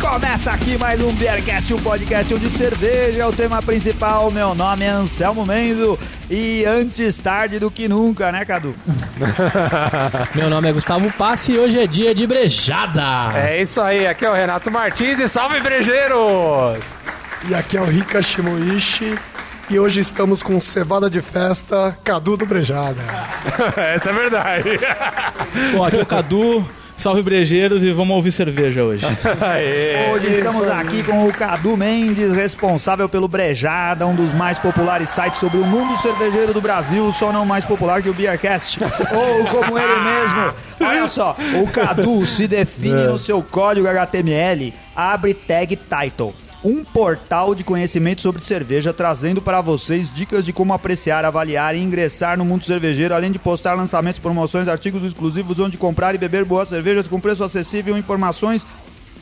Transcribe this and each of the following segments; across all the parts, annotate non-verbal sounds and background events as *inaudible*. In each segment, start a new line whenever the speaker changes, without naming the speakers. Começa aqui mais um Beercast, o um podcast onde cerveja é o tema principal. Meu nome é Anselmo Mendo e antes tarde do que nunca, né, Cadu?
Meu nome é Gustavo Passe e hoje é dia de brejada.
É isso aí, aqui é o Renato Martins e salve brejeiros! *laughs*
E aqui é o Rika Shimoishi e hoje estamos com cevada de festa, Cadu do Brejada.
Essa é verdade.
Bom, aqui é o Cadu, Salve brejeiros e vamos ouvir cerveja hoje.
Aê.
Hoje estamos aqui com o Cadu Mendes, responsável pelo Brejada, um dos mais populares sites sobre o mundo cervejeiro do Brasil, só não mais popular que o Beercast. Ou como ele mesmo. Olha só, o Cadu se define no seu código HTML, abre tag title um portal de conhecimento sobre cerveja, trazendo para vocês dicas de como apreciar, avaliar e ingressar no mundo cervejeiro, além de postar lançamentos, promoções, artigos exclusivos, onde comprar e beber boas cervejas com preço acessível, informações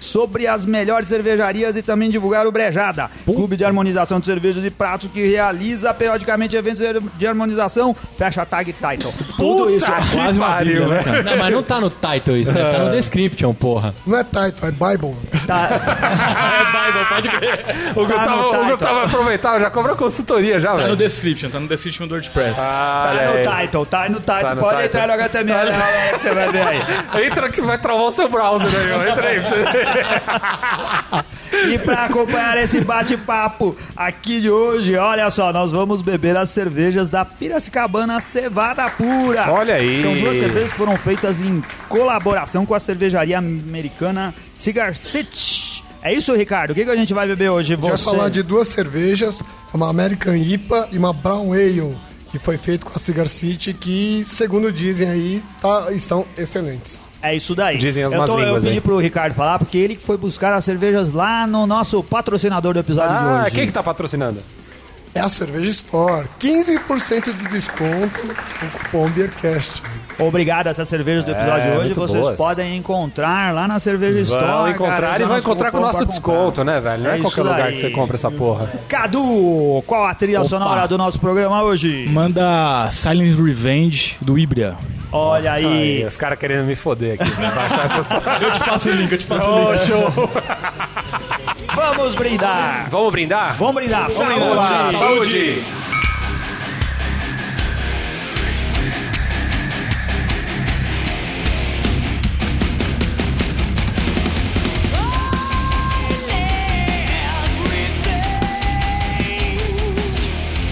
sobre as melhores cervejarias e também divulgar o Brejada, clube de harmonização de cervejas e pratos que realiza periodicamente eventos de harmonização, fecha tag title. Tudo isso.
Quase uma bíblia, né, cara? Não, mas não tá no title isso, deve *laughs* tá no description, porra.
Não é Taito, é Bible.
*laughs* é Bible, pode crer. O, Gustavo,
Tá no
o Gustavo vai aproveitar, já cobrou consultoria já,
Tá
velho.
no description, tá no description do WordPress.
Ah,
Tá
olha aí.
no title, tá no title.
Tá no
Pode
title.
entrar no HTML aí que você vai ver aí.
Entra que vai travar o seu browser aí, ó. entra aí. pra você ver.
E para acompanhar esse bate-papo aqui de hoje, olha só, nós vamos beber as cervejas da Piracicabana Cevada Pura.
Olha aí.
São duas cervejas que foram feitas em colaboração com a cervejaria americana Cigar City. É isso, Ricardo? O que, que a gente vai beber hoje?
A gente vai falar de duas cervejas, uma American IPA e uma Brown Ale, que foi feito com a Cigar City, que, segundo dizem aí, tá- estão excelentes.
É isso daí.
Dizem as
eu,
más
eu
línguas
pedi
aí.
pro Ricardo falar, porque ele que foi buscar as cervejas lá no nosso patrocinador do episódio de
Ah,
hoje.
quem que tá patrocinando?
É a Cerveja Store, 15% de desconto com cupom BeerCast.
Obrigado a essas cervejas do episódio de hoje.
É, muito
Vocês
boas.
podem encontrar lá na cerveja Store.
Vão
cara,
encontrar
usar
e vão encontrar com o
cupom
nosso
pra
desconto,
comprar.
né, velho? Não é,
É
qualquer
isso
lugar
daí.
que você compra essa porra.
Cadu, qual a trilha
Opa.
sonora do nosso programa hoje?
Manda Silent Revenge do Ibria.
Olha aí.
Aí, os caras querendo me foder aqui. Né? Baixar essas
Eu te passo o link, eu te passo o
Ô,
link.
show. Vamos brindar.
Vamos brindar?
*laughs* Vamos brindar. Saúde.
Saúde!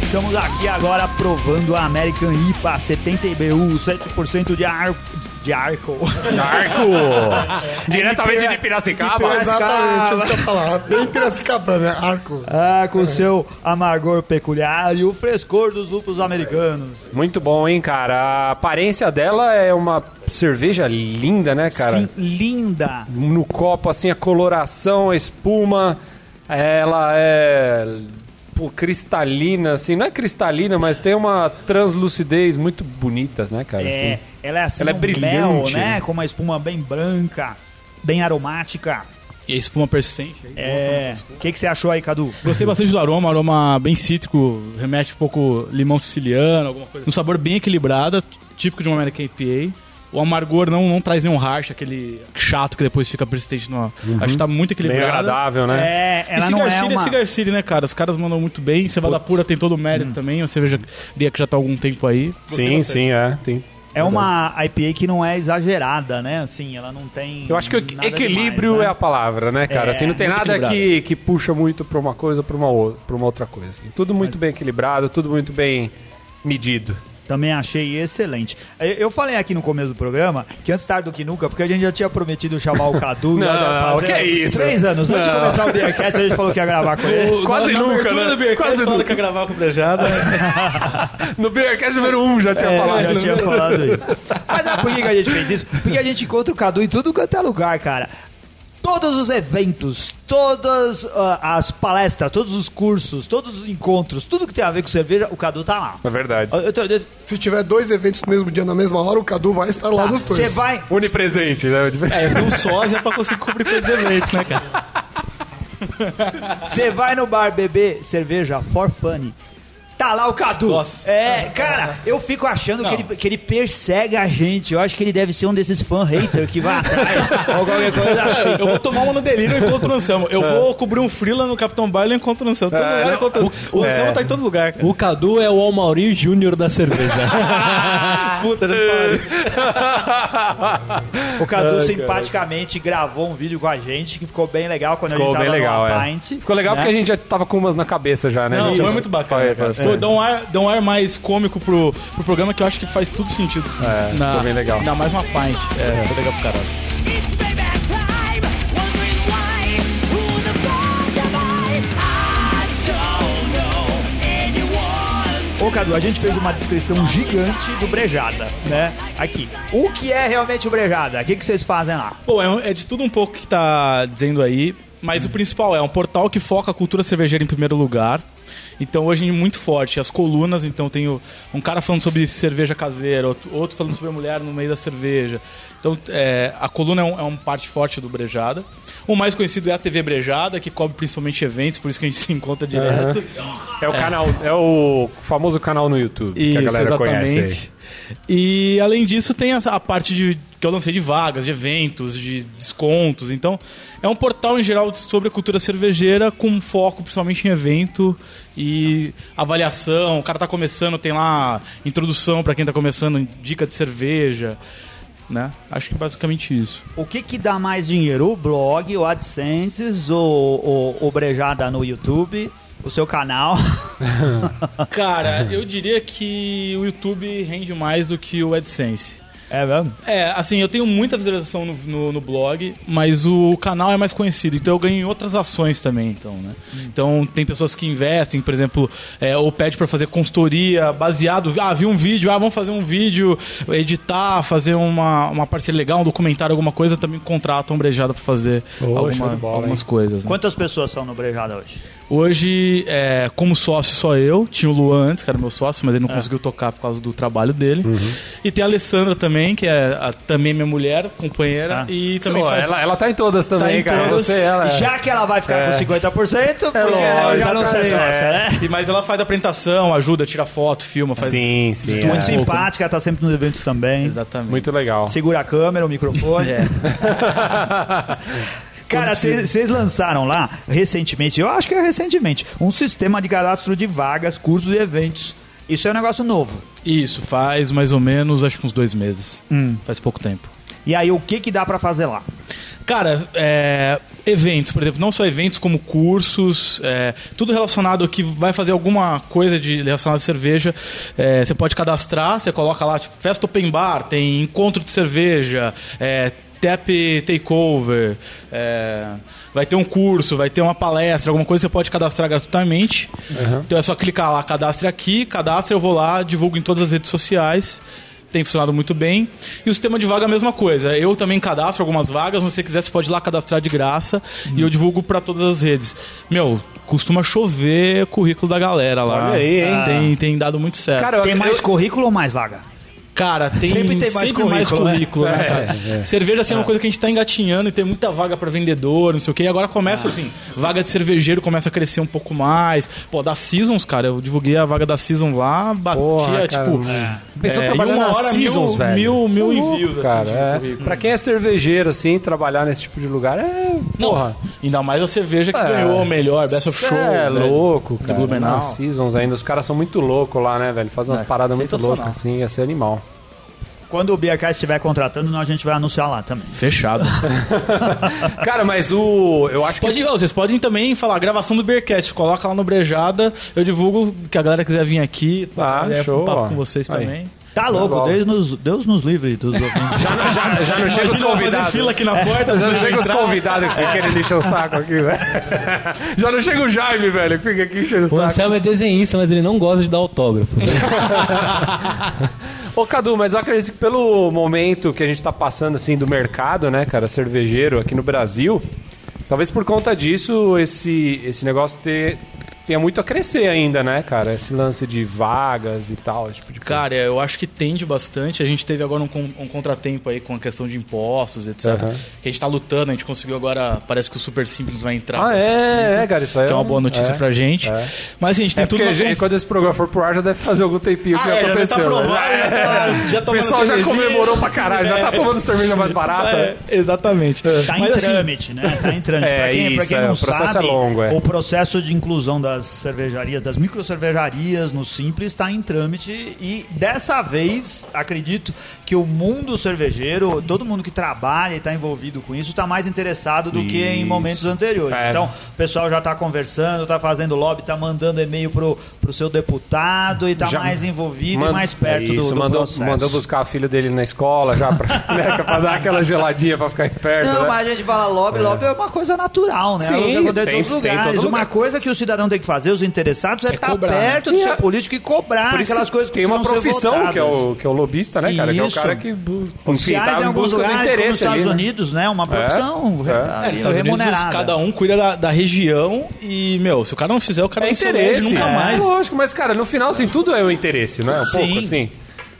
Estamos aqui agora provando a American IPA 70 IBU, 7% de ar... De
*laughs*
arco.
Marco! Diretamente de Piracicaba.
Exatamente, isso que eu ia falar. Bem Piracicabana, né? Arco.
Ah, com seu amargor peculiar e o frescor dos lúpulos americanos.
Muito bom, hein, cara? A aparência dela é uma cerveja linda, né, cara?
Sim, linda.
No copo, assim, a coloração, a espuma, ela é pô, cristalina, assim. Não é cristalina, mas tem uma translucidez muito bonita, né, cara?
É,
assim.
ela é assim,
Ela é
um
brilhante.
mel, né? Com uma espuma bem branca, bem aromática.
E a espuma persistente. aí,
É.
volta
O que, que você achou aí, Cadu?
Gostei bastante do aroma, aroma bem cítrico, remete um pouco limão siciliano, alguma coisa assim. Um sabor bem equilibrado, típico de uma American IPA. O amargor não, não traz nenhum harsh, aquele chato que depois fica persistente. Não. Acho que tá muito
Bem
equilibrado.
agradável, né?
É,
E
ela não
Cigar
é
City é,
uma...
Cigar City, né, cara? Os caras mandam muito bem. Cevada Pura tem todo o mérito também. Uma cervejaria que já tá há algum tempo aí. Gostei
Sim,
bastante.
sim, é. Tem.
É uma IPA que não é exagerada, né? Assim, ela não tem.
Eu acho que o
nada
equilíbrio
demais, né?
é a palavra, né, cara?
É,
assim, não tem
muito
nada
equilibrado.
que, que puxa muito pra uma coisa ou pra uma, ou- pra uma outra coisa. assim. Tudo muito bem equilibrado, tudo muito bem medido.
Também achei excelente. Eu- Eu falei aqui no começo do programa que antes tarde do que nunca, porque a gente já tinha prometido chamar o
*laughs*
Cadu.
Não,
olha, fazia
que é
uns
isso?
Três anos. Antes de começar o Beercast, a gente falou que ia gravar com ele.
*laughs* Quase
na, na
nunca,
abertura
né?
do Beercast,
Quase
falaram
nunca.
que ia gravar com brejada.
No Beercast número 1 um já
É,
tinha falado.
já tinha falado isso. Mas sabe por que que a gente fez isso? Porque a gente encontra o Cadu em tudo quanto é lugar, cara. Todos os eventos, todas ah, as palestras, todos os cursos, todos os encontros, tudo que tem a ver com cerveja, o Cadu tá lá.
É verdade.
Eu- eu tô- eu-
Se tiver dois eventos no mesmo dia, na mesma hora, o Cadu vai estar lá nos dois.
Você vai.
Unipresente, né?
É, deu um sósia pra conseguir cobrir todos os eventos, né, cara?
Você vai no bar beber cerveja for fun. Tá estalar o Cadu.
Nossa.
É, cara, eu fico achando que ele, que ele persegue a gente. Eu acho que ele deve ser um desses fan hater que vai atrás. ou qualquer coisa assim.
É, Eu vou tomar uma no delírio e encontro o
É.
Anselmo. Eu vou cobrir um freela no Capitão Baile e encontro o Anselmo. Todo lugar eu encontro o Anselmo. O Anselmo
é.
tá em todo lugar, cara.
O Cadu é o Almauri Júnior da *laughs* cerveja.
*laughs*
Puta, já me falaram isso.
O Cadu simpaticamente gravou um vídeo com a gente que ficou bem legal quando
Ficou
a gente
bem
tava
legal,
numa
é.
pint.
Ficou legal
né?
porque a gente já tava com umas na cabeça já, né?
Não,
Gente,
foi muito bacana.
foi,
cara.
foi.
Foi, Dá, um ar, dá um ar mais cômico pro, pro programa que eu acho que faz tudo sentido.
É, ficou bem legal.
Ainda mais uma pint. É, foi legal pro caralho.
It's payback time. Wondering why? Who the fuck am I? I don't know anyone.
Ô Cadu, a gente fez uma descrição gigante do Brejada, né? Aqui. O que é realmente o Brejada? O que, que vocês fazem lá?
Bom, é, um- é de tudo um pouco que tá dizendo aí, mas o principal é um portal que foca a cultura cervejeira em primeiro lugar. Então hoje é muito forte. As colunas, então tem o- um cara falando sobre cerveja caseira, outro, outro falando sobre a mulher no meio da cerveja. Então é, a coluna é, um, é uma parte forte do Brejada. O mais conhecido é a TV Brejada, que cobre principalmente eventos, por isso que a gente *laughs* se encontra direto.
É o canal, é o famoso canal no YouTube que a galera conhece.
E além disso, tem essa- a parte de que eu lancei de vagas, de eventos, de descontos. Então, é um portal em geral sobre a cultura cervejeira com foco principalmente em evento e avaliação. O cara tá começando, tem lá introdução para quem tá começando, dica de cerveja, né? Acho que é basicamente isso.
O que que dá mais dinheiro? O blog, o AdSense, o, o, o Brejada no YouTube, o seu canal. *laughs*
Cara, eu diria que o YouTube rende mais do que o AdSense.
É mesmo?
É, assim, eu tenho muita visualização no, no- no blog, mas o canal é mais conhecido, então eu ganho em outras ações também, então, né?
Hum.
Então tem pessoas que investem, por exemplo, é, ou pede pra fazer consultoria baseado, ah, vi um vídeo, ah, vamos fazer um vídeo, editar, fazer uma, uma parceria legal, um documentário, alguma coisa, também contratam brejada pra fazer alguma-
show de bola,
algumas coisas. né?
Quantas pessoas são no Brejada hoje?
Hoje, é, como sócio, só eu. Tinha o Luan antes, que era meu sócio, mas
É.
ele não conseguiu tocar por causa do trabalho dele.
Uhum.
E tem a Alessandra também, que é a- também minha mulher, companheira.
Ah.
E também
Pô,
faz...
ela, ela tá em todas também,
em
cara.
todas.
Você, ela. é-
Já que ela vai ficar com 50%, porque ela
lógico,
já não
tá
sei
aí,
sócia, né?
*laughs* E, mas ela faz apresentação, ajuda, tira foto, filma, faz.
Sim, sim.
Muito
é.
simpática, tá sempre nos eventos também.
Exatamente.
Muito legal.
Segura a câmera, o microfone.
É.
*laughs* Cara, vocês lançaram lá recentemente, eu acho que é recentemente, um sistema de cadastro de vagas, cursos e eventos. Isso é um negócio novo.
Isso, faz mais ou menos, acho que uns dois meses.
Hum.
Faz pouco tempo.
E aí, o que que dá pra fazer lá?
Cara, é, eventos, por exemplo, não só eventos como cursos, é, tudo relacionado que vai fazer alguma coisa de relacionada à cerveja, é, você pode cadastrar, você coloca lá tipo, festa open bar, tem encontro de cerveja, é, tap takeover, é, vai ter um curso, vai ter uma palestra, alguma coisa você pode cadastrar gratuitamente. Então é só clicar lá, cadastre aqui, cadastre, eu vou lá, divulgo em todas as redes sociais tem funcionado muito bem. E o sistema de vaga é a mesma coisa. Eu também cadastro algumas vagas, mas se você quiser, você pode ir lá cadastrar de graça e eu divulgo para todas as redes. Meu, costuma chover currículo da galera lá.
Olha aí, hein?
Tem, tem dado muito certo. Cara,
Cara, eu-
Tem mais
eu-
currículo ou mais vaga?
tem
sempre
sempre,
tem mais
mais
currículo, né?
currículo, né,
É,
cara? Cerveja assim, é uma coisa que a gente tá engatinhando e tem muita vaga para vendedor, não sei o quê. E agora começa assim, vaga de cervejeiro começa a crescer um pouco mais. Pô, da Seasons, cara, eu divulguei a vaga da Seasons lá, batia,
Porra, cara,
tipo,
Pessoa
é,
trabalhando
em uma
na
hora,
Seasons,
mil,
velho.
mil, mil
Isso é louco,
envios, assim,
cara.
de
é.
currículo.
Pra quem é cervejeiro, assim, trabalhar nesse tipo de lugar é.
Não,
Porra.
Ainda mais a cerveja que
É.
ganhou o melhor, Best of
Cê
Show.
É
né?
louco, cara.
Blumenau.
Na Seasons ainda. Os caras são muito loucos lá, né, velho? Fazem umas
É,
paradas muito
sensacional.
loucas, assim. Ia ser animal.
Quando o BRK estiver contratando, nós a gente vai anunciar lá também.
*laughs*
Fechado.
Cara, mas o. Eu acho que.
Pode, ó, vocês podem também falar, gravação do Beercast, coloca lá no Brejada, eu divulgo que a galera quiser vir aqui,
Ah,
trocar ideia,
show,
um papo
ó.
com vocês
Aí.
também.
Tá louco, Deus nos, Deus nos livre dos ouvintes.
Já, já- já não chega os
Imagina, eu vou
convidados.
fazer fila aqui
É.
na porta.
*laughs* Já não chega os convidados que ficam querendo encher o saco aqui, velho. Já não chega o Jaime, velho, que fica aqui enchendo
O
o saco.
Anselmo é desenhista, mas ele não gosta de dar autógrafo.
é-
Ô, Cadu, mas eu acredito que pelo momento que a gente tá passando, assim, do mercado, né, cara, cervejeiro aqui no Brasil, talvez por conta disso esse, esse negócio ter Tem muito a crescer ainda, né, cara? Esse lance de vagas e tal, esse tipo de coisa.
Cara, eu acho que tende bastante. A gente teve agora um, con- um contratempo aí com a questão de impostos, etc.
Aham.
Que a gente tá lutando, a gente conseguiu agora. Parece que o Super Simples vai entrar.
ah, é, é, cara, isso aí.
Que é Tá, uma boa notícia
é.
pra gente.
é.
Mas assim, a gente tem
É
tudo
porque
na
a gente,
conta.
quando esse programa for pro ar, já deve fazer algum tempinho que
Ah, é, já
aconteceu.
tá
né?
aprovado, já tá- já
o
tomando
pessoal já
cervejinha.
comemorou pra caralho, já tá tomando cerveja mais barata.
É, exatamente. assim,
Tá em trâmite, né? Tá em trâmite.
assim, *laughs* É,
pra quem, pra
isso,
quem
é,
não
o processo
sabe,
é longo, é.
o processo de inclusão das cervejarias, das microcervejarias no Simples está em trâmite e dessa vez, acredito que o mundo cervejeiro, todo mundo que trabalha e está envolvido com isso, está mais interessado do que em
Isso.
momentos anteriores.
É.
Então, o pessoal já está conversando, está fazendo lobby, está mandando e-mail pro, pro seu deputado e está
Já-
mais envolvido
Man- É
e mais perto do,
isso,
do
mandou,
processo.
mandou buscar a filha dele na escola já pra, *laughs* né, pra dar aquela geladinha pra ficar perto.
Não,
né?
mas a gente fala lobby, lobby é uma coisa natural, né?
Sim,
Ela acontece
tem-
em todos os
tem em
lugares.
todo lugar.
Uma coisa que o cidadão tem que fazer, os interessados, é estar
cobrar, né?
perto do
E
seu
é-
político e cobrar
Por isso
aquelas
que
coisas que
tem uma
precisam ser
profissão que é,
votadas.
o, que é o lobista, né, cara? Que é
Isso.
o cara que bu- enfim,
Oficiais
tá
em
em
alguns
busca do
lugares, como nos
interesse
Estados
ali, né?
Unidos, né? Uma profissão re-
é.
ali,
É, nos Estados Unidos,
remunerada.
cada um cuida da, da região e, meu, se o cara não fizer, o cara
É
não se elege
interesse.
nunca
é.
mais.
Lógico, mas, cara, no final, assim, tudo é um interesse, não é? Um pouco,
Sim.
assim.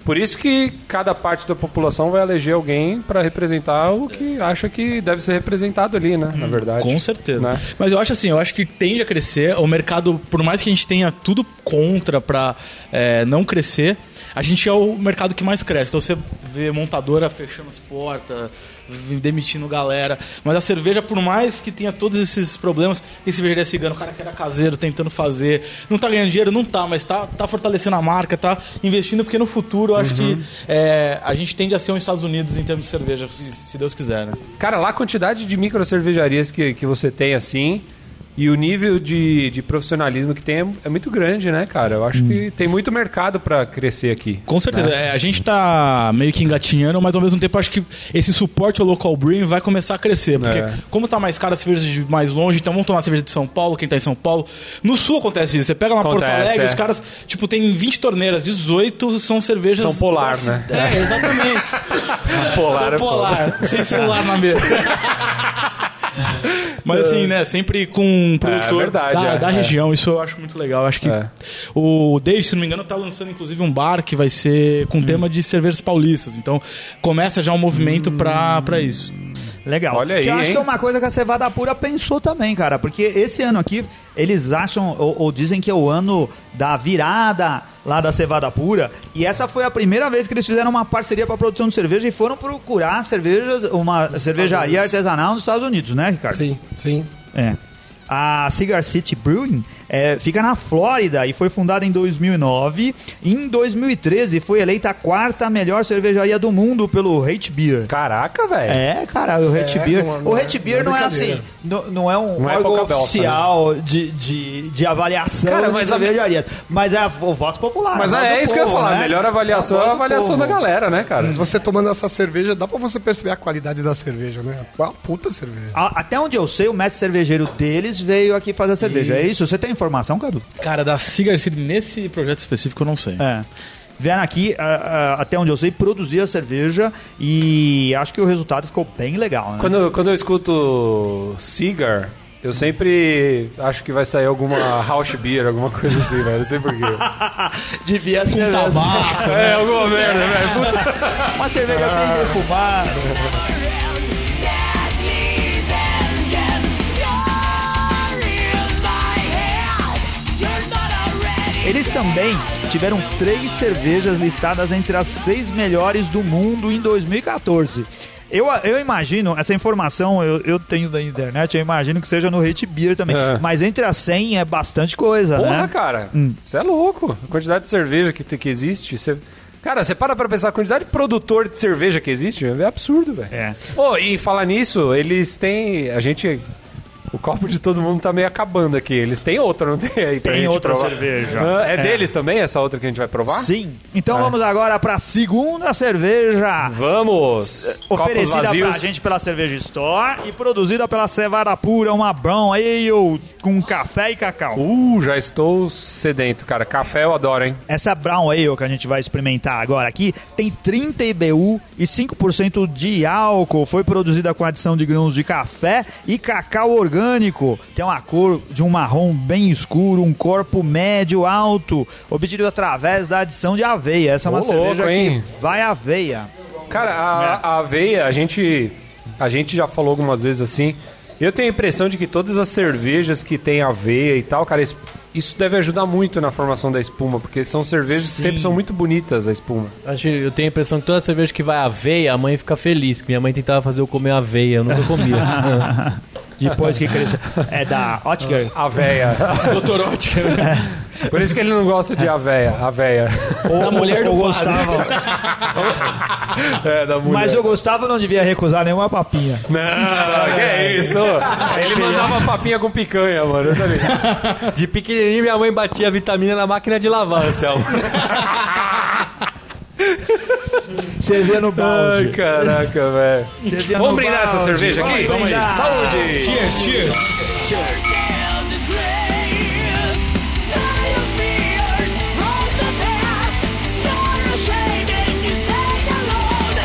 Por isso que cada parte da população vai eleger alguém pra representar o que acha que deve ser representado ali, né? Na verdade.
Com certeza.
Né?
Mas eu acho assim, eu acho que tende a crescer. O mercado, por mais que a gente tenha tudo contra pra é, não crescer, a gente é o mercado que mais cresce. Então você vê montadora fechando as portas, v- demitindo galera. Mas a cerveja, por mais que tenha todos esses problemas, tem cervejaria cigana, o cara que era caseiro tentando fazer. Não tá ganhando dinheiro? Não tá, mas tá, tá fortalecendo a marca, tá investindo, porque no futuro eu acho
Uhum.
que é, a gente tende a ser os Estados Unidos em termos de cerveja, se, se Deus quiser, né?
Cara, lá a quantidade de micro cervejarias que, que você tem assim. E o nível de, de profissionalismo que tem é, é muito grande, né, cara? Eu acho que tem muito mercado pra crescer *laughs* aqui.
Com certeza.
Né?
É, a gente tá meio que engatinhando, mas ao mesmo tempo acho que esse suporte ao local brewing vai começar a crescer. Porque
É.
como tá mais caro a cerveja de mais longe, então vamos tomar cerveja de São Paulo, quem tá em São Paulo. No sul acontece isso. Você pega lá Porto
Acontece,
Alegre,
é.
os caras, tipo, tem 20 torneiras, 18 são cervejas...
São polar, né?
É, exatamente.
Polar, é
são polar, sem celular na mesa. Mas assim, né, sempre com um produtor
verdade,
da,
é,
da
é.
região, isso eu acho muito legal. Eu Acho que
É.
o Dave, se não me engano, tá lançando inclusive um bar que vai ser com tema de cervejas paulistas. Então começa já um movimento pra, pra isso.
Legal.
Olha aí,
que eu acho
hein?
que é uma coisa que a Cevada Pura pensou também, cara. Porque esse ano aqui, eles acham, ou, ou dizem que é o ano da virada lá da Cevada Pura. E essa foi a primeira vez que eles fizeram uma parceria para produção de cerveja e foram procurar cervejas, uma cervejaria artesanal nos Estados Unidos, né, Ricardo?
Sim, sim.
É. A Cigar City Brewing é, fica na Flórida e foi fundada em 2009. Em 2013 foi eleita a quarta melhor cervejaria do mundo pelo Hate Beer.
Caraca, velho.
É, cara, o Red
É,
Beer.
não- não
o
é-
Red Beer
não
não
é
é,
brincadeira.
assim, não, não é um
Não é
órgão
pouca belta,
oficial de, de, de avaliação
Cara,
de
mas a-
cervejaria. Mas é a- o voto popular.
Mas
a voz
é,
do
isso que eu ia
povo,
falar.
né?
Melhor avaliação
A
é
voz
a
do
avaliação
povo.
da galera, né, cara?
Mas você tomando essa cerveja, dá pra você perceber a qualidade da cerveja, né? Uma puta cerveja.
A- Até onde eu sei, o mestre cervejeiro deles veio aqui fazer a cerveja. É isso? Você tem informação, Cadu?
Cara, da Cigar City nesse projeto específico eu não sei.
É. Vieram aqui, ah, ah, até onde eu sei, produzir a cerveja e acho que o resultado ficou bem legal, né?
Quando, quando eu escuto Cigar, eu sempre acho que vai sair alguma house beer, alguma coisa assim, velho. Não sei porquê.
Devia ser mesmo.
Tabaco.
é, alguma merda, velho. Puta.
uma cerveja
Ah.
bem defumada. Eles também tiveram três cervejas listadas entre as seis melhores do mundo em 2014. Eu, eu imagino, essa informação eu, eu tenho da internet, eu imagino que seja no Hate Beer também.
É.
Mas entre as 100 é bastante coisa,
Porra,
né?
cara. Você é louco. A quantidade de cerveja que, te- que existe. Você... Cara, você para pra pensar a quantidade de produtor de cerveja que existe, é absurdo, velho.
É.
Ô, e falar nisso, eles têm. A gente. O copo de todo mundo tá meio acabando aqui. Eles têm outra, não tem aí pra
Tem
gente
outra
provar?
cerveja.
Ah, é,
É.
deles também, essa outra que a gente vai provar?
Sim.
É.
Então vamos agora para a segunda cerveja.
Vamos! Copos
Oferecida pra
vazios.
gente pela Cerveja Store e produzida pela Cevada Pura, uma Brown Ale com café e cacau.
Uh, já estou sedento, cara. Café eu adoro, hein?
Essa Brown Ale que a gente vai experimentar agora aqui tem 30 IBU e 5% de álcool. Foi produzida com adição de grãos de café e cacau orgânico. orgânico tem uma cor de um marrom bem escuro, um corpo médio alto, obtido através da adição de aveia. Essa é uma
Ô,
cerveja
louco, hein?
que vai aveia.
Cara, a, a aveia, a gente, a gente já falou algumas vezes assim. Eu tenho a impressão de que todas as cervejas que tem aveia e tal, cara, isso- isso deve ajudar muito na formação da espuma, porque são cervejas que sempre são muito bonitas a espuma.
Acho, eu tenho a impressão que toda cerveja que vai aveia, a mãe fica feliz. Que minha mãe tentava fazer eu comer aveia, eu nunca *laughs* comia.
Depois que
*laughs*
cresceu. É da Ottinger.
Aveia.
Doutor né? Oetker.
Por isso que ele não gosta de aveia. Aveia.
Ou,
mulher
eu
do
gostava.
É, da mulher.
Mas eu gostava, não devia recusar nenhuma papinha.
Não, que é isso? Ele mandava papinha com picanha, mano. Eu sabia.
De pequenininho, minha mãe batia a vitamina na máquina de lavar, assim. Anselmo.
Servia no
Ai,
balde.
caraca, velho.
Servia
Vamos
no
brindar essa
balde.
cerveja aqui?
Vamos brindar.
Saúde!
Cheers, cheers.
Damn disgrace, sign of fears from the past. You're ashamed and you stay alone.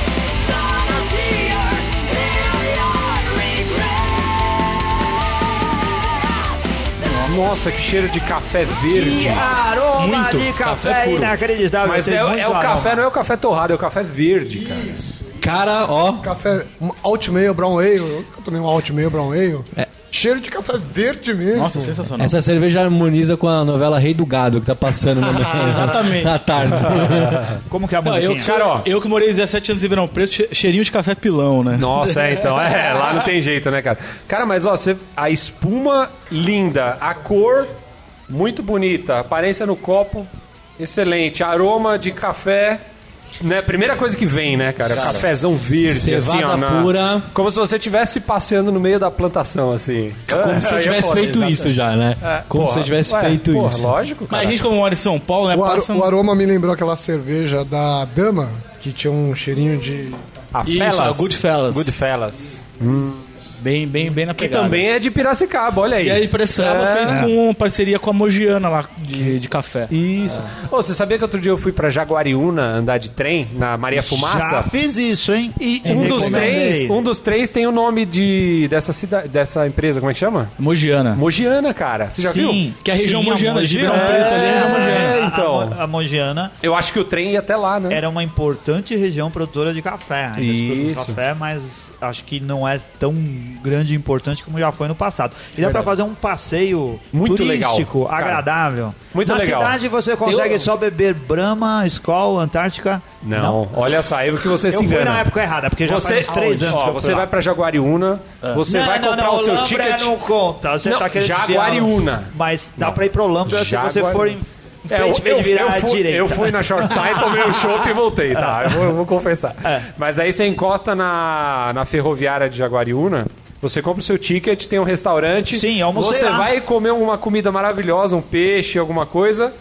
Not a tear, hear your regret.
Nossa, que cheiro de café verde. Ah,
Que aroma
Muito.
de café,
Café puro.
inacreditável.
Mas
tem
é,
muito
é o
aroma.
café, não é o café torrado, é o café verde, cara.
Cara, ó.
Café, um Altmeio Brown Ale, eu nunca tomei um Altmeio Brown Ale.
É.
Cheiro de café verde mesmo.
Nossa, sensacional.
Essa cerveja harmoniza com a novela Rei do Gado, que tá passando na, *laughs*
Ah, Exatamente.
na
*laughs*
tarde.
Como que é a
Não, eu,
musiquinha?
que sou-
Cara, ó.
eu que morei 17 anos em Verão Preto, che- cheirinho de café pilão, né?
Nossa, é, então. É, lá não tem jeito, né, cara? Cara, mas ó, você- a espuma linda, a cor muito bonita, a aparência no copo excelente, aroma de café. Né, primeira coisa que vem, né, cara? Cafézão verde,
Cevada
assim, ó. na-
pura.
Como se você estivesse passeando no meio da plantação, assim.
É Como se eu tivesse feito isso já, né?
É,
Como se eu tivesse feito isso.
Lógico,
Mas
cara.
a gente, como mora em São Paulo, né?
O, ar-
passa um-
o aroma me lembrou aquela cerveja da Dama, que tinha um cheirinho de.
A
Isso,
Fellas.
a Goodfellas.
Goodfellas.
Bem, bem, bem na
Que
pegada.
também é de Piracicaba, olha aí.
E a Impressava
É.
fez com uma parceria com a Mogiana lá de, de café. É.
Isso. Ô, você sabia que outro dia eu fui pra Jaguariúna andar de trem na Maria
Já
É
É
Fumaça?
fiz isso, hein?
E um dos
recomendei.
três, um dos três tem o nome de dessa cidade, dessa empresa, como é que chama?
Mogiana.
Mogiana, cara. Você já viu?
Que é a região
Sim, a
Mogiana, de
Mogiana.
Ribeirão Preto ali é a região Mogiana.
A-
então.
A, Mo- a Mogiana
Eu acho que o trem ia até lá, né?
era uma importante região produtora de café. Ainda se produz
Isso.
café, mas acho que não é tão grande e importante como já foi no passado. E dá pra fazer um passeio
Muito
turístico,
legal, cara.
agradável.
Muito
Na
legal.
cidade você consegue
Eu-
só beber Brahma, Skol, Antártica.
Não, olha só, aí que você
Eu
se
fui
engana.
na época errada, porque já
você,
faz uns três
ó,
anos que eu fui
você
lá. Ah.
vai pra Jaguariúna, você
Não,
vai
não,
comprar
não,
o seu
Olambra
ticket.
não conta. Você
Não,
tá querendo desviar.
Jaguariúna.
Mas dá pra ir pro Olambra se você
Jaguariúna.
for em
É,
frente pra ele virar à
fui,
direita.
eu fui na Shortstein, tomei um chopp e voltei, tá? Eu vou, eu vou confessar. Mas aí você encosta na, na ferroviária de Jaguariúna, você compra o seu ticket, tem um restaurante.
Sim, almocei
Você
lá.
vai comer uma comida maravilhosa, um peixe, alguma coisa.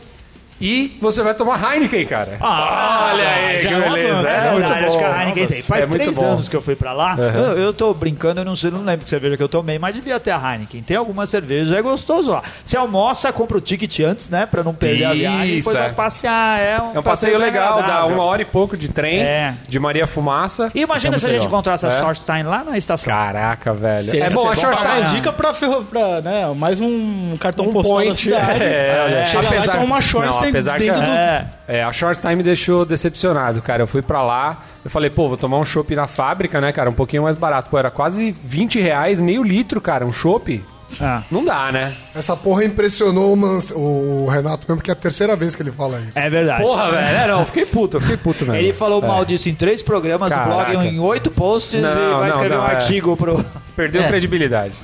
E você vai tomar Heineken, cara.
Ah,
Olha aí,
já
que
é um
beleza.
avanço,
É,
é
verdade,
muito
acho
bom.
que a Heineken tem. Faz
É muito
três
bom.
anos que eu fui pra lá. Eu, eu tô brincando, eu não, sei, não lembro que cerveja que eu tomei, mas devia ter a Heineken. Tem alguma cerveja, é gostoso lá. Você almoça, compra o ticket antes, né? Pra não perder a viagem. Depois
Isso, é.
vai passear. É um,
É um passeio legal, dá
agradável.
uma hora e pouco de trem,
É.
de Maria Fumaça.
E imagina
Isso
se
é
a gente
muito legal.
encontrasse a
É.
Shortstein lá na estação.
Caraca, velho.
Seria
é bom, a
pra pagar
Shortstein.
uma dica pra, ferro- pra, né, mais um cartão postal da
*laughs*
cidade.
É, olha,
Chega lá e toma uma shorts
Não,
tem-
apesar que
dentro do...
É.
É, a Shorts Time me deixou decepcionado, cara. Eu fui pra lá, eu falei, pô, vou tomar um chopp na fábrica, né, cara? Um pouquinho mais barato. Pô, era quase 20 reais, meio litro, cara, um chopp.
Ah.
Não dá, né?
Essa porra impressionou o, Mans- o Renato mesmo, porque é a terceira vez que ele fala isso.
É verdade.
Porra, velho. É, não, eu fiquei puto, eu fiquei puto mesmo.
Ele falou
É.
mal disso em três programas
Caraca.
do blog, em oito posts
Não,
e vai
não,
escrever
não,
um
é.
artigo pro.
Perdeu
É.
credibilidade.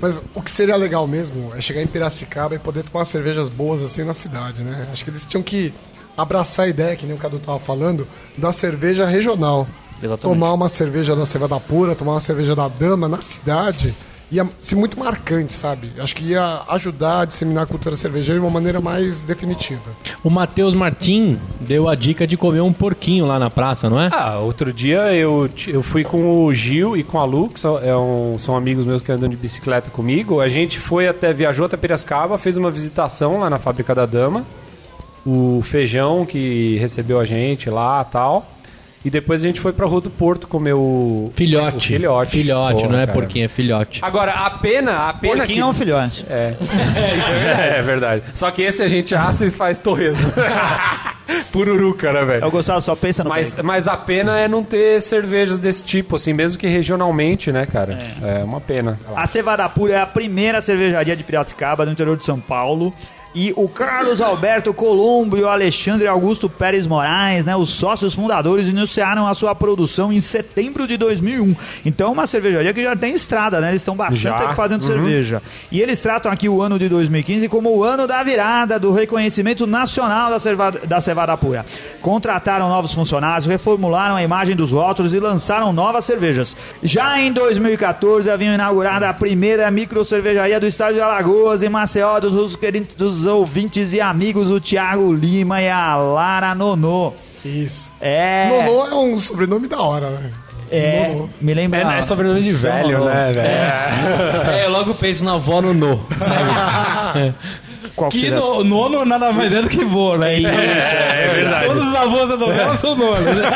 Mas o que seria legal mesmo é chegar em Piracicaba e poder tomar cervejas boas assim na cidade, né? Acho que eles tinham que abraçar a ideia, que nem o Cadu tava falando, da cerveja regional.
Exatamente.
Tomar uma cerveja da cevada pura, tomar uma cerveja da dama na cidade ia ser muito marcante, sabe? Acho que ia ajudar a disseminar a cultura cervejeira de uma maneira mais definitiva.
O Matheus Martim deu a dica de comer um porquinho lá na praça, não é?
Ah, outro dia eu, t- eu fui com o Gil e com a Lu, que são, é um- são amigos meus que andam de bicicleta comigo. A gente foi até, viajou até Piracicaba, fez uma visitação lá na fábrica da Dama. O Feijão que recebeu a gente lá tal. E depois a gente foi pra Rua do Porto comer o. o
Filhote.
filhote.
Filhote,
Pô,
não é
cara.
porquinho, é filhote.
Agora, a pena. A pena
Porquinho é um filhote.
É. É, *laughs* isso é verdade. Só que esse a gente assa e faz torresmo.
*laughs*
Pururuca, né,
Eu
velho?
gostava, só
Tá
pensa no
Mas,
bacon.
mas a pena é não ter cervejas desse tipo, assim, mesmo que regionalmente, né, cara? É, uma pena.
A Cevada Pura é a primeira cervejaria de Piracicaba, no interior de São Paulo. E o Carlos Alberto Colombo e o Alexandre Augusto Pérez Moraes, né, os sócios fundadores, iniciaram a sua produção em setembro de 2001. Então, é uma cervejaria que já tem estrada, né? Eles estão bastante
Já. Uhum.
tempo fazendo cerveja. E eles tratam aqui o ano de 2015 como o ano da virada, do reconhecimento nacional da, cerva da Cevada Pura. Contrataram novos funcionários, reformularam a imagem dos rótulos e lançaram novas cervejas. Já em 2014, haviam inaugurado a primeira micro cervejaria do estado de Alagoas, em Maceió, dos, dos queridos ouvintes e amigos, o Thiago Lima e a Lara Nonô.
Isso.
É,
Nonô é um sobrenome da hora, né?
é
Nonô.
me lembra...
Ah,
né,
Chama
É,
Nonô.
né,
velho? né?
*laughs* É, eu logo penso na avó no no, sabe?
Qual que
Que
será?
no, nono nada mais é do que vô, né? Então,
É, é verdade.
Todos os avós da novela são nonos. né?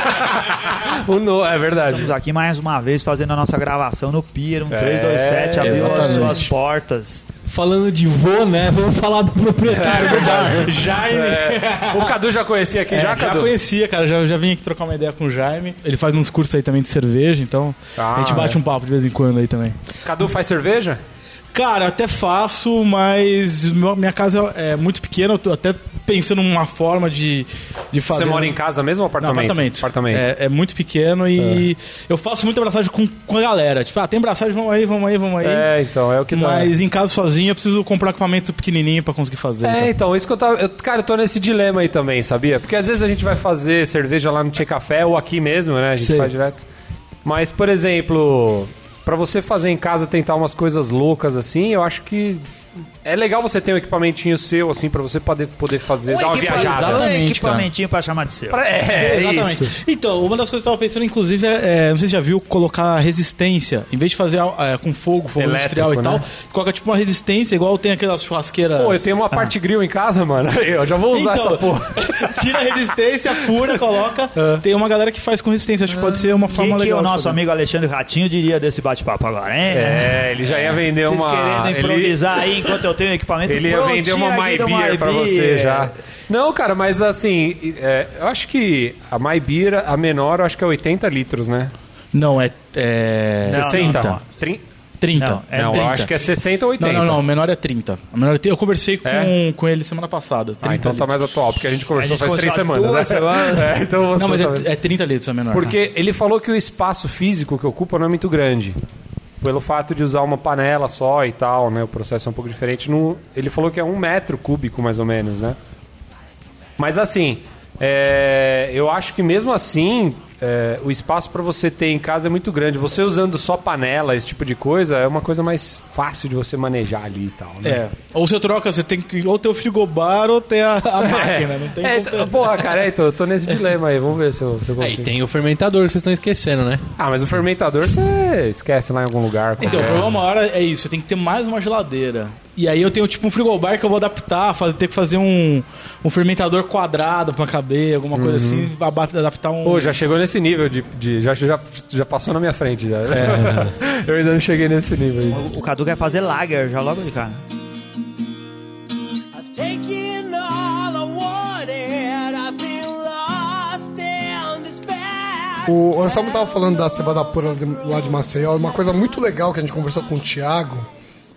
O no, é verdade.
Estamos aqui mais uma vez fazendo a nossa gravação no Pier 1327, abriu
É,
as
exatamente.
suas portas.
Falando de vô, né? Vamos falar do proprietário.
*laughs* Jaime.
É. O Cadu já conhecia aqui,
É,
já, Cadu?
conhecia, cara. Já, já vim aqui trocar uma ideia com o Jaime. Ele faz uns cursos aí também de cerveja, então
Ah,
a gente bate um papo de vez em quando aí também.
Cadu faz cerveja?
Cara, até faço, mas meu- minha casa é muito pequena. Eu tô até pensando numa forma de, de fazer.
Você mora em casa mesmo ou
Não,
apartamento? É.
apartamento. É, é muito pequeno e eu faço muita abraçagem com, com a galera. Tipo, ah, tem abraçagem, vamos aí, vamos aí, vamos aí.
É, então, é o que dá.
Mas em casa sozinho eu preciso comprar equipamento pequenininho pra conseguir fazer.
É,
então.
então, isso que eu tava. eu- cara, eu tô nesse dilema aí também, sabia? Porque às vezes a gente vai fazer cerveja lá no Tchê Café ou aqui mesmo, né? A gente
Sei.
faz direto. Mas, por exemplo, pra você fazer em casa tentar umas coisas loucas assim, eu acho que. É legal você ter um equipamentinho seu, assim, pra você poder, poder fazer, dar uma
equipa-
viajada.
Exato.
Um
Exatamente,
equipamentinho pra chamar de seu.
Pra- É, é
Exatamente.
isso.
Então, uma das coisas que eu tava pensando, inclusive, é, é, não sei se já viu, colocar resistência. Em vez de fazer é, com fogo, fogo
Elétrico,
industrial e
né?
tal, coloca tipo uma resistência, igual tem aquelas churrasqueiras.
Pô, eu tenho uma parte grill em casa, mano. *laughs* Eu já vou usar
Então,
essa porra.
*laughs*
É.
tira a resistência, fura, coloca. Tem uma galera que faz com resistência, acho que pode ser uma
O Ah. que,
forma
que é
legal.
o
de
nosso
fazer.
amigo Alexandre Ratinho diria desse bate-papo agora, hein?
É, ele já ia vender
Vocês
uma.
querendo
ele-
improvisar aí enquanto eu tenho equipamento
Ele ia vender
prontinho
uma
aqui
My
do
Beer pra
Beer.
você já. Não, cara, mas assim, é, eu acho que a My Beer, a menor, eu acho que é 80 litros, né?
Não, é. é...
Não,
60?
não, não.
Trin-
30.
Não,
é
não,
30.
eu acho que é 60 ou
Não,
80.
não, não, o menor é 30. O menor é 30. Eu conversei com,
É?
com ele semana passada. 30
Ah, então tá
litros.
mais atual, porque a gente
A
conversou
gente
faz três
conversou
semanas, né?
duas semanas.
É, *laughs* então você
Não, mas
sabe.
é, é 30 litros a menor.
Porque ele falou que o espaço físico que ocupa não é muito grande. Pelo fato de usar uma panela só e tal, né? O processo é um pouco diferente. No, ele falou que é um metro cúbico, mais ou menos, né? Mas assim, é, eu acho que mesmo assim, é, o espaço para você ter em casa é muito grande. Você usando só panela, esse tipo de coisa, é uma coisa mais fácil de você manejar ali e tal, né?
É. Ou você troca, você tem que ou ter o frigobar ou ter a, a máquina. né? Não
*laughs*
tem
É,
como-
tá
t- porra, cara, é, então, eu tô nesse dilema aí. Vamos ver se eu, se eu
Aí
consigo.
tem o fermentador que vocês estão esquecendo, né?
Ah, mas o fermentador você esquece lá em algum lugar.
Então, o
qualquer.
problema maior é isso, você tem que ter mais uma geladeira. E aí eu tenho tipo um frigobar que eu vou adaptar, fazer, ter que fazer um, um fermentador quadrado pra caber, alguma coisa assim, aba- adaptar um.
Uhum. Pô, já chegou nesse nível de. de- já, já, já passou na minha frente já. *laughs* Eu ainda não cheguei nesse nível aí.
O Cadu quer fazer lager já logo de cara.
I've taken all I wanted. I've been lost and despair.
O Anselmo tava falando da cevada pura de- lá de Maceió. Uma coisa muito legal que a gente conversou com o Thiago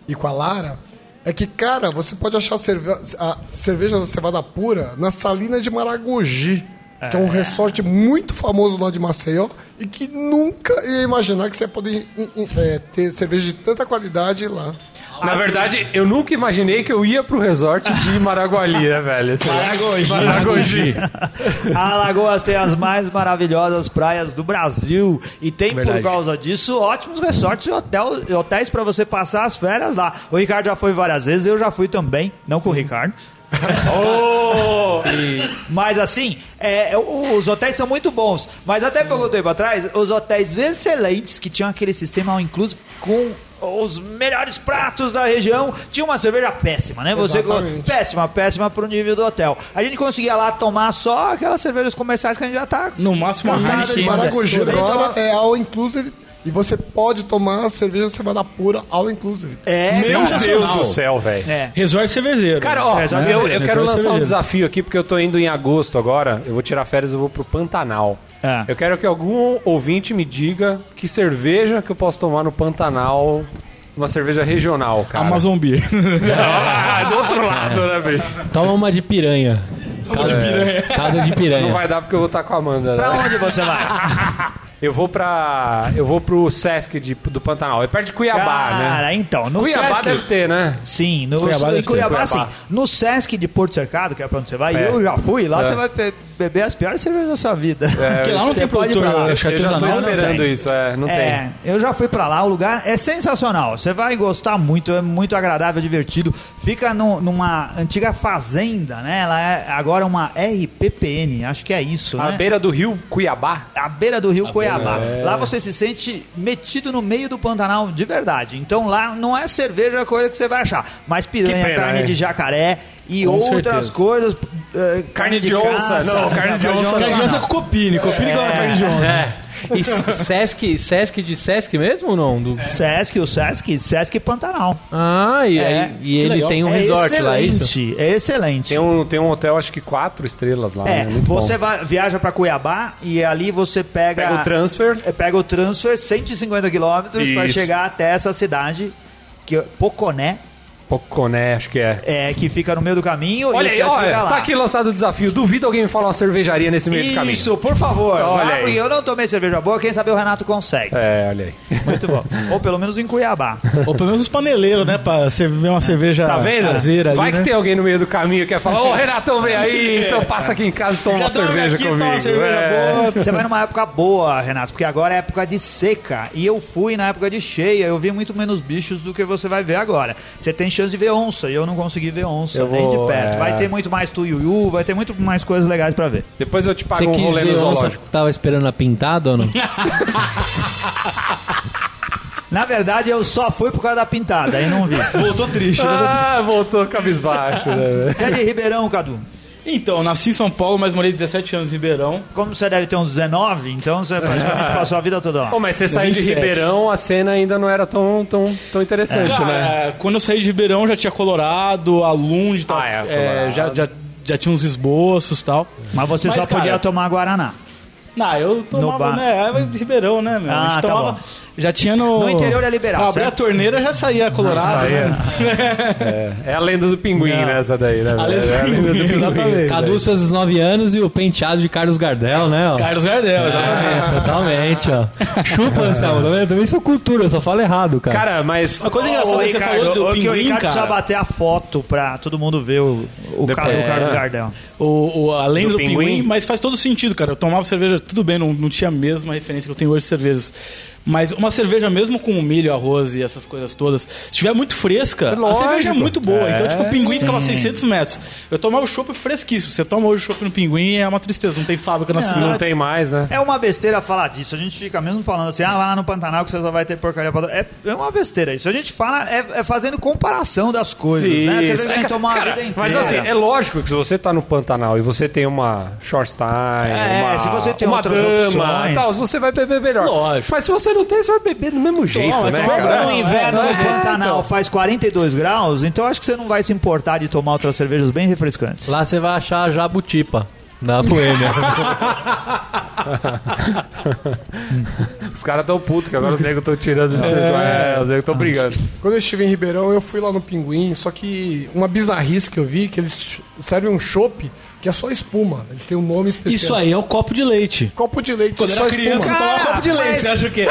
e com a Lara é que, cara, você pode achar cerve a cerveja da cevada pura na Salina de Maragogi, que é um resort muito famoso lá de Maceió e que nunca ia imaginar que você ia poder em- em- é, ter cerveja de tanta qualidade lá.
Na verdade, eu nunca imaginei que eu ia pro resort de Maraguali, né, velho? Sei lá. Maragogi.
Alagoas tem as mais maravilhosas praias do Brasil e tem
Verdade.
por causa disso ótimos resorts e hotel- e hotéis pra você passar as férias lá. O Ricardo já foi várias vezes, eu já fui também, não com o Ricardo. Oh! Mas assim, é, o- os hotéis são muito bons. Mas até pouco tempo atrás, os hotéis excelentes que tinham aquele sistema all inclusive com os melhores pratos da região. Tinha uma cerveja péssima, né? Você
Exatamente.
péssima, péssima pro nível do hotel. A gente conseguia lá tomar só aquelas cervejas comerciais que a gente já tá
No máximo uma
Cansado de
Heineken.
falar
né?
com-
Maragogi
Então,
agora é all inclusive e você pode tomar a cerveja cevada pura all inclusive.
É,
Meu Deus
Sensacional.
do céu, velho.
é.
Resort cervejeiro.
Cara, ó,
É, só que
eu,
é,
eu
só
quero
isso
lançar um
mesmo.
desafio aqui, porque eu tô indo em agosto agora. Eu vou tirar férias e vou pro Pantanal.
É.
Eu quero que algum ouvinte me diga que cerveja que eu posso tomar no Pantanal. Uma cerveja regional, cara.
Amazon Beer. *laughs*
Ah, do outro lado, né, velho?
Toma uma de piranha. Casa de piranha. Casa de piranha.
Não vai dar porque eu vou estar com a Amanda, né?
Pra onde você
*laughs*
vai?
Eu vou pra. Eu vou pro Sesc de- do Pantanal. É perto de Cuiabá, né?
Cara, então, no
Cuiabá
Sesc...
deve ter, né?
Sim, no
Cuiabá
Cuiabá,
deve
em
ter.
Cuiabá,
Cuiabá.
sim. No Sesc de Porto Cercado, que é pra onde você vai,
É.
eu já fui, lá
É.
você vai be- beber as piores cervejas da sua vida.
Porque lá não
Você
tem
pode ir
produtor, né?
pra lá.
acho que
Eu já tô
artesanal.
não né?
esperando
tem.
isso, é. Não tem.
É, eu já fui pra lá, o lugar é sensacional. Você vai gostar muito, é muito agradável, divertido. Fica no- numa antiga fazenda, né? Ela é agora uma RPPN, acho que é isso,
À
né?
beira do rio Cuiabá.
à beira do rio Cuiabá.
é.
Lá você se sente metido no meio do Pantanal de verdade. Então lá não é cerveja a coisa que você vai achar, mas piranha,
Que pena,
carne
né?
de jacaré e
Com
outras
certeza.
coisas. eh,
Carne de onça, não, carne de onça
não.
Cara, criança com copine.
é.
Copine igual a carne de onça.
É. E S- Sesc, Sesc de Sesc mesmo ou não? Do...
Sesc, o Sesc, Sesc Pantanal.
Ah, e,
É.
aí- e ele
legal.
tem um
é
resort
excelente,
lá, é isso?
É excelente.
Tem um, tem um hotel, acho que quatro estrelas lá.
É,
né? Muito
você
bom.
vai- viaja pra Cuiabá e ali você pega.
Pega o transfer.
É, pega o transfer, 150 quilômetros pra
Isso.
chegar até essa cidade, que é Poconé,
Poconé, acho que é.
é, que fica no meio do caminho.
Olha
e
aí,
você
olha,
fica lá.
tá aqui lançado o desafio. Duvido alguém me falar uma cervejaria nesse meio de caminho.
Isso, por favor.
Olha
Olha
aí.
eu não tomei cerveja boa, quem sabe o Renato consegue.
É, olha aí.
Muito bom. Ou pelo menos em Cuiabá.
*laughs*
Ou pelo menos os paneleiros, né? Pra servir uma cerveja
Tá vendo?
caseira
Vai
ali,
que
né?
tem alguém no meio do caminho que quer falar, ô Renatão,
*laughs*
vem
É.
aí, então passa aqui em casa e toma uma
dorme
cerveja
aqui,
comigo.
toma uma cerveja
É.
boa.
Você vai numa época boa, Renato, porque agora é época de seca. E eu fui na época de cheia, eu vi muito menos bichos do que você vai ver agora. Você tem chance de ver onça, e eu não consegui ver onça,
Eu
nem
vou,
de perto.
é.
Vai ter muito mais tuiuiu, vai ter muito mais coisas legais pra ver.
Depois eu te
Você
pago um
quis
rolê no
ver onça,
zoológico.
tava esperando a pintada ou não?
Na verdade, eu só fui por causa da pintada, e não vi.
Voltou triste. né?
Ah, voltou cabisbaixo. Né?
Você é de Ribeirão, Cadu?
Então, eu nasci em São Paulo, mas morei 17 anos em Ribeirão.
Como você deve ter uns 19, então você praticamente passou a vida toda lá.
Pô, mas você saiu de
27.
Ribeirão, a cena ainda não era tão, tão, tão interessante, né?
é.
Cara, quando eu saí de Ribeirão já tinha Colorado, aluno, tal,
Ah, é, Colorado.
é, já, já, já tinha uns esboços e tal.
Mas você
Mas,
só
cara,
podia tomar Guaraná.
Não, eu tomava,
bar.
né? Era de Ribeirão, né, meu?
Ah,
a
tá
gente tomava.
bom.
já tinha no.
No interior é liberal,
Pra abrir
certo?
a torneira já saía Colorado. né?
É a lenda do pinguim, né? Essa daí, né?
A lenda
velho?
do
É
pinguim, exatamente.
essa daí.
Cadu, seus 19 anos e o penteado de Carlos Gardel, né? ó?
Carlos Gardel, exatamente.
É, totalmente,
*laughs*
ó. Chupa, Anselmo, tá vendo? Também isso é cultura, eu só falo errado, cara.
Cara, mas.
Uma coisa engraçada,
Ô,
você falou do
ô, que o
pinguim,
Ricardo precisa
cara.
bater a foto pra todo mundo ver o, o, cara, o
é.
Carlos Gardel.
O, o, além
Do
do, pinguim.
pinguim.
mas faz todo sentido, cara. Eu tomava cerveja, tudo bem, não, não tinha a mesma referência que eu tenho hoje de cervejas. Mas uma cerveja, mesmo com milho, arroz e essas coisas todas, se estiver muito fresca,
Lógico.
a cerveja é muito boa. Então, tipo, o pinguim
sim.
ficava a 600 metros. Eu tomava o chopp fresquíssimo. Você toma hoje o chopp no pinguim é uma tristeza. Não tem fábrica na
Não
segunda.
tem mais, né?
É uma besteira falar disso. A gente fica mesmo falando assim, ah, vai lá no Pantanal que você só vai ter porcaria pra... É, é uma besteira isso. A gente fala é, é fazendo comparação das coisas, né? Você
Isso.
vê que
É,
tomar a
cara,
vida inteira.
Mas assim, é lógico que se você tá no Pantanal e você tem uma short time,
É,
uma,
se você tem
uma
outras opções.
tal, você vai beber melhor.
Lógico.
Mas se você não tem, você vai beber do mesmo jeito,
vai
né,
tomar
cara?
Quando é então no inverno né?
é,
no Pantanal
então.
faz 42 graus, então acho que você não vai se importar de tomar outras cervejas bem refrescantes.
Lá você vai achar a jabutipa. Na Boêmia.
Os caras tão putos, que agora
*laughs*
os negros tão tirando... É, os negros tão brigando.
Quando eu estive em Ribeirão, eu fui lá no Pinguim, só que uma bizarrice que eu vi, é que eles ch- servem um chopp que é só espuma. Eles têm um nome especial.
Isso aí é o copo de leite.
Copo de leite,
Quando
só
era criança, eu
espuma.
tomava copo de leite. Você acha o quê?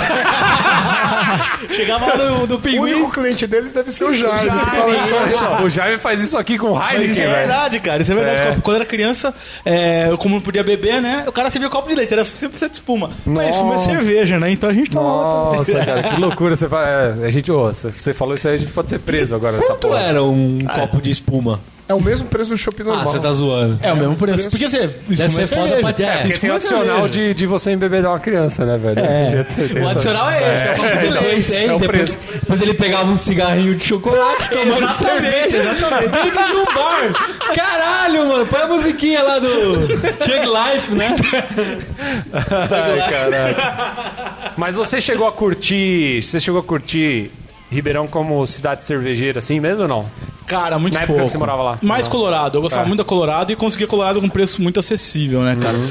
*laughs*
Chegava lá do, do
O
pinguim.
único cliente deles deve ser o Jaime. que fala só-
o Jaime faz isso aqui com o
Mas
Heineken,
isso é
velho.
verdade, cara. Isso é verdade.
É.
Quando- Quando eu era criança, é, eu como não podia beber, né? O cara servia copo de leite, era 100% de espuma. Mas espuma é
Nossa.
cerveja, né? Então a gente tomava também.
Nossa, cara, que loucura. Você fala, é, a gente, ô, você- você falou isso aí, a gente pode ser preso agora nessa
Quanto
porra.
era um copo de espuma?
É o mesmo preço do shopping normal.
Ah, você tá zoando.
É o
um
mesmo preço. Porque você.
Deve ser foda pra... É,
Porque tem o
uma
adicional
cerveja.
de, de você embebedar uma criança, né, velho? É.
O adicional é esse, é, o copo de
Então,
leite.
esse aí,
é o
depois, depois ele pegava um cigarrinho de chocolate tomando cerveja. Dentro de um bar. Caralho, mano. Põe a musiquinha lá do Chug Life, né?
Ai, caralho. Mas você chegou a curtir. Você chegou a curtir Ribeirão como cidade cervejeira, assim mesmo ou não?
Cara, muito
Na época
pouco.
que você morava lá.
Mais
Não.
Colorado. Eu gostava
Tá.
muito da Colorado e conseguia Colorado com preço muito acessível, né, cara?
Uhum.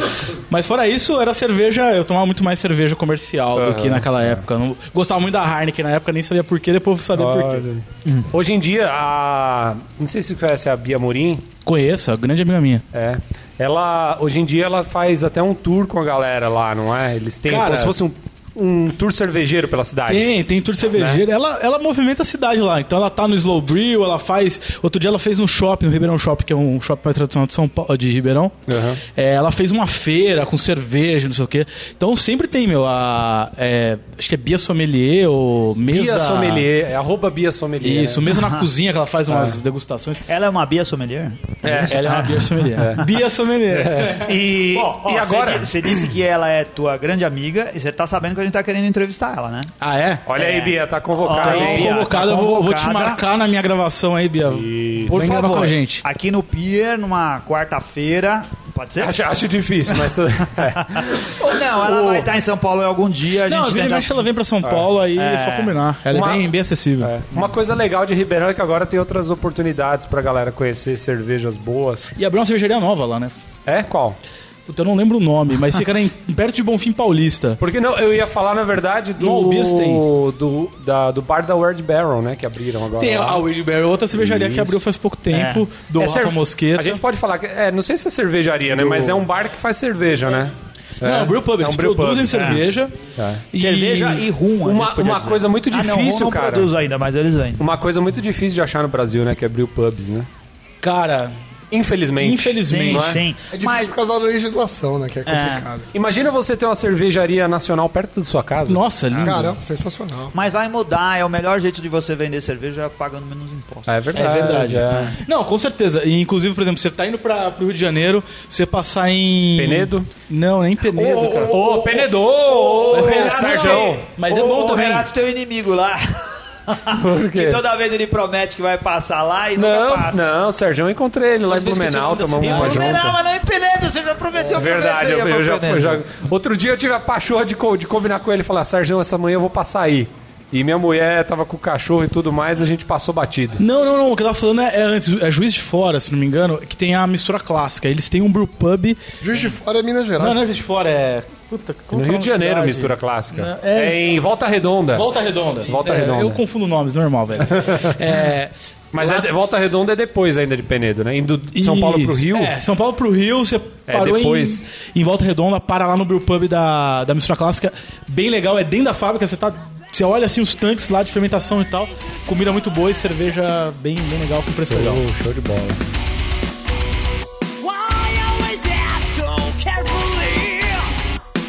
Mas fora isso, era cerveja... Eu tomava muito mais cerveja comercial do
Uhum.
que naquela época. Eu Não, gostava muito da Heineken na época, nem sabia por quê. Depois eu sabia por quê.
Hoje em dia, a. Não sei se você conhece a Bia Morim.
Conheço, é uma grande amiga minha.
É. Ela. Hoje em dia ela faz até um tour com a galera lá, não é? Eles têm
Cara,
como se fosse um, um tour cervejeiro pela cidade.
Tem, tem tour cervejeiro. Ela, ela movimenta a cidade lá. Então ela tá no Slow Brew, ela faz. Outro dia ela fez no shopping, no Ribeirão Shopping, que é um shopping mais tradicional de São Paulo, de Ribeirão.
Aham.
É, ela fez uma feira com cerveja, não sei o quê. Então sempre tem, meu, a. é, acho que é Bia Sommelier ou Mesa.
Bia Sommelier, é arroba Bia Sommelier.
Isso,
né?
mesa *laughs* na cozinha que ela faz umas degustações.
Ela é uma Bia Sommelier?
Ela é uma Bia Sommelier. Bia Sommelier.
E,
Ó, ó,
e agora?
Você di- você disse que ela é tua grande amiga e você tá sabendo que a gente tá querendo entrevistar ela, né?
Ah, é?
Olha aí, Bia, tá convocada.
Olha aí,
hein?
Bia,
Convocada,
tá
eu vou, vou te
convocada.
marcar na minha gravação aí, Bia.
Por
Vem gravar
favor,
com a gente.
aqui no Pier, numa quarta-feira. Pode ser?
Acho, acho difícil, mas tudo- *laughs* é.
Não, ela
o-
vai estar em São Paulo em algum dia. A gente
Não, a Vini
tenta-
Mexe ela vem pra São Paulo, aí é só combinar. Ela
tá Uma-
é bem, bem acessível.
É. Uma coisa legal de Ribeirão é que agora tem outras oportunidades pra galera conhecer cervejas boas.
E abriu uma cervejaria nova lá, né?
É? Qual?
Puta, eu não lembro o nome, mas fica em, *laughs* perto de Bonfim Paulista.
Porque não, eu ia falar, na verdade, do.
No, Beers tem.
do, da- do bar da Word Barrel, né? Que abriram agora.
Tem
lá.
a Weird Barrel, outra cervejaria que
Isso.
abriu faz pouco tempo, do
É
Rafa
cer-
Mosqueta.
A gente pode falar que. É, não sei se é cervejaria, né? Mas é um bar que faz cerveja, né?
Não, é um brew pub,
É um
eles
brew pub,
produzem
é.
cerveja.
Cerveja e rum. a gente
Uma,
podia
uma
dizer.
coisa muito
Ah,
difícil,
não, rum não
cara.
produz ainda, mas eles vendem.
Uma coisa muito difícil de achar no Brasil, né? Que é brew pubs, né?
Cara,
Infelizmente.
infelizmente.
Sim,
não é?
sim.
É difícil
Mas
por causa da legislação, né? Que é complicado.
Imagina você ter uma cervejaria nacional perto da sua casa.
Nossa, lindo.
Cara, sensacional.
Mas vai mudar, é o melhor jeito de você vender cerveja pagando menos impostos.
É
É
verdade.
verdade.
é.
Não, com certeza. E, inclusive, por exemplo, você tá indo pra, pro Rio de Janeiro, você passar em.
Penedo?
Não, nem Penedo, cara.
Ô, Penedor! Ô, Sardão!
Mas é bom
o
também.
Renato tem um inimigo lá. que toda vez ele promete que vai passar lá
é
e nunca
Não,
passa.
não, o Sérgio, eu encontrei ele lá em
Mas você
Blumenau,
esqueceu
tomamos
da
uma
cidade.
Não,
junta. É
mas nem Penedo, você já prometeu pra
Verdade,
é
eu, eu já, eu já- Outro dia eu tive a pachorra de, co- de combinar com ele e falar, Sérgio, essa manhã eu vou passar aí. E minha mulher tava com o cachorro e tudo mais, a gente passou batido.
Não, não, não. O que eu tava falando é, é antes, é Juiz de Fora, se não me engano, que tem a mistura clássica. Eles têm um brew pub.
Juiz de Fora é Minas Gerais.
Não, não é Juiz de Fora, é. Puta, como
No Rio
que é o nome
de
da
Janeiro,
cidade?
mistura clássica.
É-
É, em Volta Redonda.
Volta Redonda.
Volta
É,
Redonda.
Eu confundo nomes,
*laughs*
normal, velho. é.
Mas é de- Volta Redonda é depois ainda de Penedo, né? Indo de São Paulo pro
Isso.
Rio. É,
É, São Paulo pro Rio, você parou
depois.
em, em Volta Redonda, para lá no brew pub da, da mistura clássica. Bem legal, é dentro da fábrica, você tá. Você olha assim os tanques lá de fermentação e tal. Comida muito boa e cerveja bem, bem legal, com preço legal.
show de bola.
Why always act so carefully?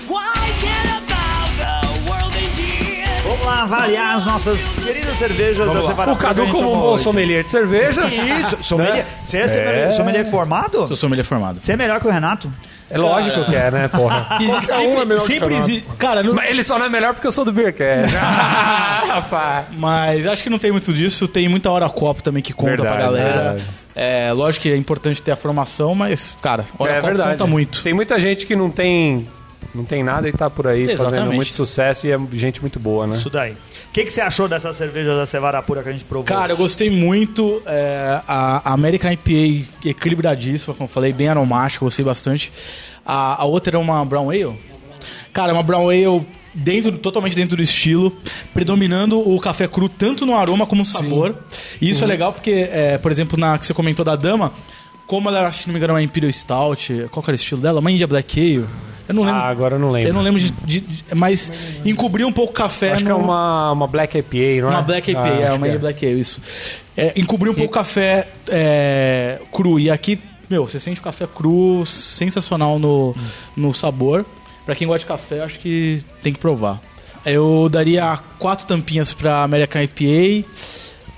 Why care about the world indeed?
Vamos lá avaliar as nossas queridas cervejas da
O
separação.
Cadu,
é
como Né? um bom sommelier de cervejas.
*laughs*
Isso, sommelier. Você é, sommelier, sommelier formado?
Seu sommelier formado.
Você é melhor que o Renato?
É lógico que é, né, porra?
*laughs* E
um é melhor que
sempre
Fernando.
existe. Cara, não-
Mas ele só não é melhor porque eu sou do Beercast. Ah, rapaz.
mas acho que não tem muito disso. Tem muita hora copo também que conta
Verdade,
pra galera.
verdade.
É, lógico que é importante ter a formação, mas, cara,
É
hora copo conta muito.
Tem muita gente que não tem, não tem nada e tá por aí fazendo
Exatamente.
muito sucesso e é gente muito boa, né?
Isso daí. O que, que você achou dessas cervejas da Cevara Pura que a gente provou?
Cara, eu gostei muito. é, a a American IPA equilibradíssima, como eu falei, bem aromática, gostei bastante. A, a outra era uma Brown Ale. Cara, uma Brown Ale dentro, totalmente dentro do estilo, predominando o café cru tanto no aroma como no sabor. E isso é legal porque, é, por exemplo, na que você comentou da Dama, como ela era, se não me engano, é uma Imperial Stout, qual que era o estilo dela? Uma India Black Ale. Eu não lembro.
Ah, agora eu não lembro.
Eu não lembro de, de- de- mas encobriu um pouco o café.
Acho que é
no-
uma, uma Black IPA, não é?
uma Black IPA,
Ah,
é,
acho
uma
que
Ilha Black Ale, isso. É, encobrir um pouco o café é, cru. E aqui, meu, você sente o café cru sensacional no, no sabor. Pra quem gosta de café, eu acho que tem que provar. Eu daria quatro tampinhas pra American IPA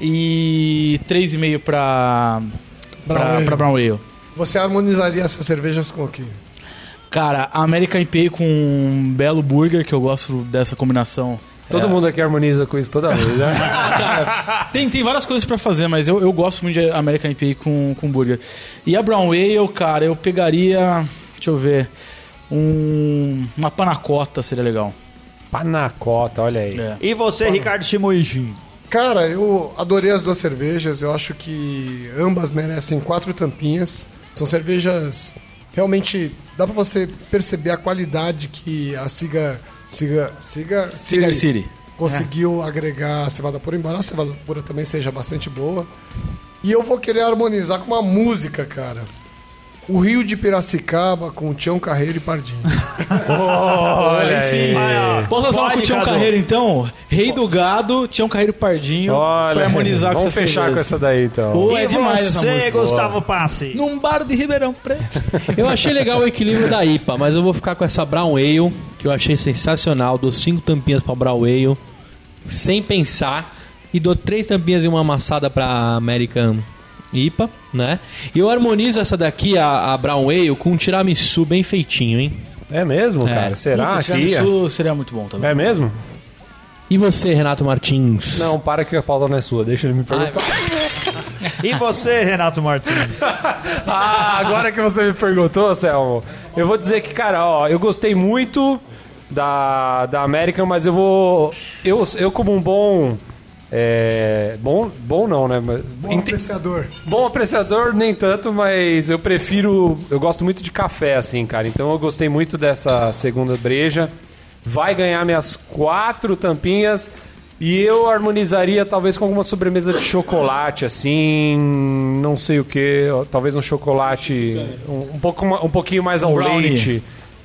e 3,5 pra
Brown
pra,
Ale.
pra Brown Ale.
Você harmonizaria essas cervejas com o quê?
Cara, a American IPA com um belo burger, que eu gosto dessa combinação.
Todo mundo aqui harmoniza com isso toda vez,
*laughs*
né?
Tem, tem várias coisas pra fazer, mas eu, eu gosto muito de American IPA com, com burger. E a Brown Ale, cara, eu pegaria. Deixa eu ver. Um, uma panacota seria legal.
Panacota, olha aí.
É.
E você, Ricardo Shimoishi?
Cara, eu adorei as duas cervejas. Eu acho que ambas merecem quatro tampinhas. São cervejas realmente dá pra você perceber a qualidade que a Cigar Cigar Cigar,
Cigar City. É.
conseguiu agregar a cevada pura, embora a cevada pura também seja bastante boa. E eu vou querer harmonizar com uma música, cara. O Rio de Piracicaba com o Tião Carreiro e Pardinho.
Olha aí.
Ah, é.
É.
Posso lançar uma com o
Ah, Pode,
Tião
Cadu.
Carreiro, então? Rei do Gado, Tião Carreiro Pardinho.
Olha
pra harmonizar
Vamos
com essa
fechar com
cerveja.
essa daí, então.
Pô,
e
é demais essa
você,
música.
Gustavo Passe?
Num bar de Ribeirão Preto.
Eu achei legal o equilíbrio da IPA, mas eu vou ficar com essa Brown Ale, que eu achei sensacional. Dou cinco tampinhas pra Brown Ale, sem pensar. E dou três tampinhas e uma amassada pra American IPA, né? E eu harmonizo essa daqui, a, a Brown Ale, com um tiramisu bem feitinho, hein?
É mesmo, cara? Será
Puta,
que ia?
tiramisu seria muito bom também.
É mesmo?
E você, Renato Martins?
Não, para que a pauta não é sua. Deixa ele me
Ah,
perguntar.
E você, Renato Martins?
Ah, agora que você me perguntou, Selmo, eu vou dizer que, cara, ó, eu gostei muito da, da América, mas eu vou. Eu, eu como um bom. É, bom, bom não, né? Mas,
Bom
ente-
apreciador.
Bom apreciador, nem tanto, mas eu prefiro. Eu gosto muito de café, assim, cara. Então eu gostei muito dessa segunda breja. Vai ganhar minhas quatro tampinhas. E eu harmonizaria talvez com alguma sobremesa de chocolate, assim. Não sei o que. Talvez um chocolate. Um, um pouco, ma- um pouquinho mais ao
brownie.
leite.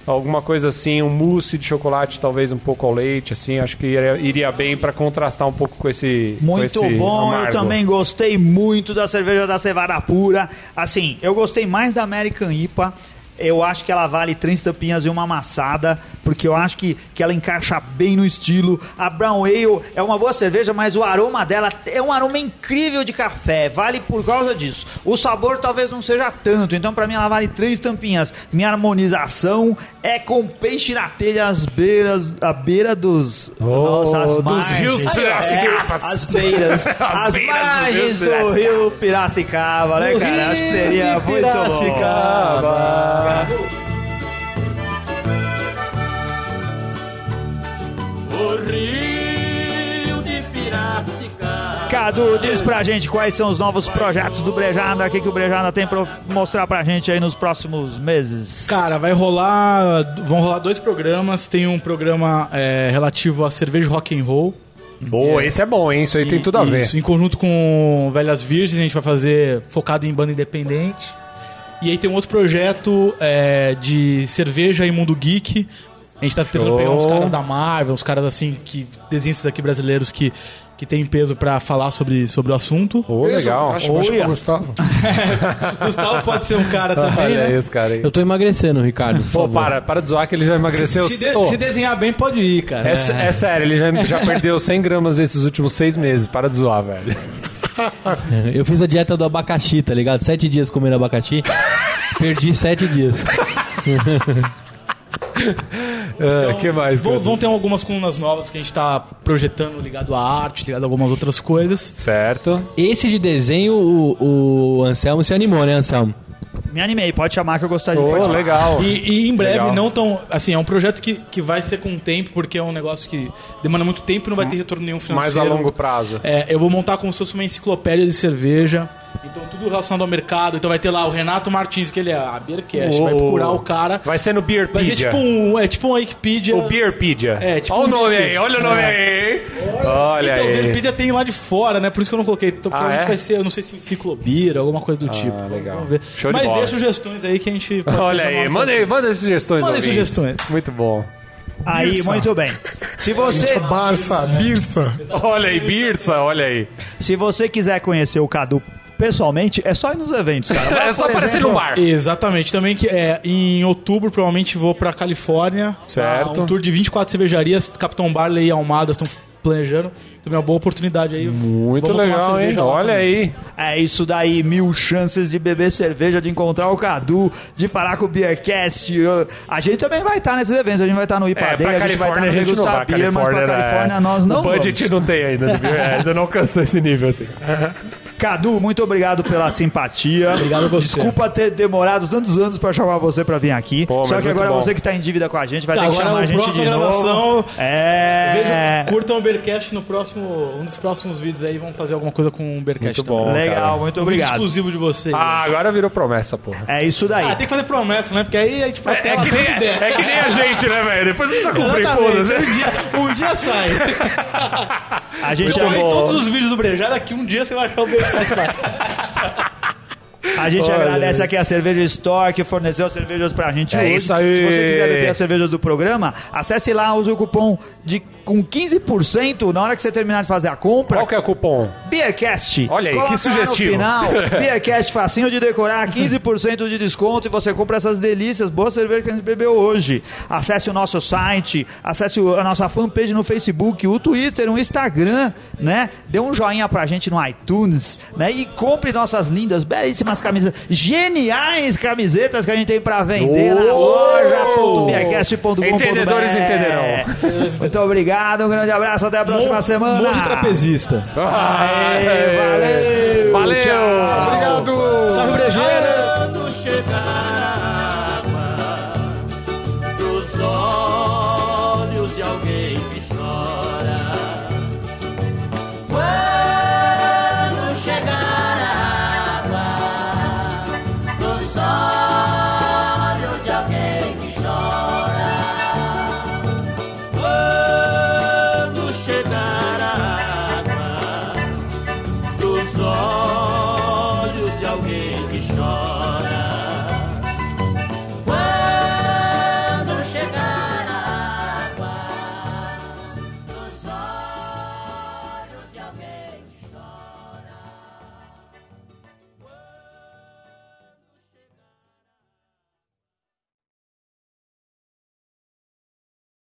Alguma coisa assim, um mousse de chocolate, talvez um pouco ao leite, assim. Acho que iria, iria bem pra contrastar um pouco com esse.
*laughs*
com
Muito
esse
bom, eu
amargo.
também gostei muito da cerveja da Cevada Pura. Assim, eu gostei mais da American IPA. Eu acho que ela vale três tampinhas e uma amassada, porque eu acho que, que ela encaixa bem no estilo. A Brown Ale é uma boa cerveja, mas o aroma dela é um aroma incrível de café, vale por causa disso. O sabor talvez não seja tanto, então pra mim ela vale três tampinhas. Minha harmonização é com peixe na telha às beiras, à beira dos nossas
dos
margens.
rios Piracicabas.
É, as beiras, as, margens do rio Piracicaba, né, cara? Acho que seria muito bom.
O Rio de Piracicaba.
Cadu, diz pra gente quais são os novos projetos do Brejada, o que, que o Brejada tem pra mostrar pra gente aí nos próximos meses.
Cara, vai rolar. Vão rolar dois programas. Tem um programa é, relativo a cerveja rock and roll.
Boa, esse é bom, hein? Isso aí tem tudo a ver.
Isso, em conjunto com Velhas Virgens, a gente vai fazer focado em banda independente. E aí tem um outro projeto é, de cerveja e mundo geek. A gente tá tentando
Show.
pegar uns caras da Marvel, uns caras assim, que desenhistas aqui brasileiros que, que tem peso pra falar sobre, sobre o assunto.
Ô,
Isso,
legal.
Acho, acho que
Olha.
o Gustavo.
Gustavo pode ser um
*laughs*
cara também, né?
esse cara aí.
Eu tô emagrecendo, Ricardo. por
Pô,
favor.
para, para de zoar que ele já emagreceu.
Se, de-
Ô,
se desenhar bem, pode ir, cara.
é, s- é sério, ele já, já perdeu 100 gramas nesses últimos seis meses. Para de zoar, *laughs* velho.
Eu fiz a dieta do abacaxi, tá ligado? Sete dias comendo abacaxi. Perdi sete dias.
O É,
Então,
que mais?
Vão,
cara?
vão ter algumas colunas novas que a gente tá projetando ligado à arte, ligado a algumas outras coisas.
Certo.
Esse de desenho, o, o Anselmo se animou, né, Anselmo?
Me animei, pode chamar que eu gostaria
Ô,
de participar.
legal.
E, e em breve,
Legal.
não tão. Assim, é um projeto que, que vai ser com o tempo, porque é um negócio que demanda muito tempo e não vai ter retorno nenhum
*laughs* Hum. Mais
financeiro.
a longo prazo.
É, eu vou montar como se fosse uma enciclopédia de cerveja. Então, tudo relacionado ao mercado. Então, vai ter lá o Renato Martins, que ele é a Beercast, vai
Ô,
procurar o cara.
Vai ser no Beerpedia.
Vai ser tipo um. É tipo um Wikipedia.
O Beerpedia.
É, tipo
olha o
um
nome aí,
Beerpedia.
olha o nome aí. Olha
então, o
aí.
Wikipedia tem lá de fora, né? Por isso que eu não coloquei. Então, provavelmente
é? Ah,
vai ser, eu não sei se enciclobira, alguma coisa do tipo.
legal.
Vamos ver.
Show de
Mas
bola.
dê sugestões aí que a gente pode
Olha
pensar
aí,
novas
manda aí, manda sugestões.
Manda aí
ouvintes.
sugestões.
Muito bom.
Aí,
Isso.
muito bem. Se você,
Barça, Birsa.
Olha aí, Birsa, olha aí.
se você quiser conhecer o Cadu pessoalmente, é só ir nos eventos, cara.
*laughs*
Vai,
É só
por
aparecer
exemplo,
no bar.
Exatamente, também que é, em outubro provavelmente vou pra Califórnia.
Certo.
Tá, Um tour de 24 cervejarias, Capitão Barley e Almada estão planejando. Também é uma boa oportunidade aí.
Muito
Vamos tomar
legal, hein?
cerveja lá
Olha
também.
aí.
É isso daí, mil chances de beber cerveja, de encontrar o Cadu, de falar com o Beercast. Eu- A gente também vai estar nesses eventos, a gente vai estar no
É,
Ipadeira,
pra
a gente vai estar
Califórnia
no
a gente não
Degustar
vai.
Beer, mas pra
Califórnia,
Califórnia
é,
nós não
*laughs* o budget
vamos.
não tem ainda, viu? É, ainda não alcançou esse
*laughs*
nível, assim.
Cadu, muito obrigado pela simpatia.
Obrigado a você.
Desculpa ter demorado tantos anos pra chamar você pra vir aqui.
Pô,
Só
mas
que
muito
agora
bom.
você que tá em dívida com a gente vai
Tá,
ter que
agora
chamar
o
a gente de novo.
próximo gravação-
É.
Vejam, curtam o Beercast no próximo, um dos próximos vídeos aí. Vamos fazer alguma coisa com o Beercast
Muito
também.
bom.
Legal,
cara.
muito
Um vídeo
obrigado.
exclusivo de vocês.
Ah, agora virou promessa, porra.
É isso daí.
Ah, tem que fazer promessa, né? Porque aí a gente
É,
protela
que
tudo
nem,
que der.
é que nem a gente, né, velho? Depois precisa cumprir,
Exatamente.
foda-se.
Um dia, um
*laughs*
dia sai.
A gente,
Eu
é,
vi todos os vídeos do Brejada que um dia você vai achar o Beercast lá.
a gente
Olha
agradece aqui a Cerveja Store que forneceu cervejas pra gente
É
hoje.
isso aí.
Se você quiser beber as cervejas do programa, acesse lá, use o cupom de com 15% na hora que você terminar de fazer a compra.
Qual que é o cupom?
Beercast.
Olha aí,
Coloca
que sugestivo.
Lá
*laughs*
no final, Beercast, facinho de decorar, 15% de desconto e você compra essas delícias, boa cerveja que a gente bebeu hoje. Acesse o nosso site, acesse o- a nossa fanpage no Facebook, o Twitter, o Instagram, né? Dê um joinha pra gente no iTunes, né? E compre nossas lindas, belíssimas camisas, geniais camisetas que a gente tem pra vender na loja.beercast.com.br.
Oh! Entendedores entenderão.
Muito obrigado, um grande abraço, até a próxima semana.
Monte trapezista.
Aê, valeu!
Valeu!
Tchau.
Obrigado!
Salve, Brejeiro!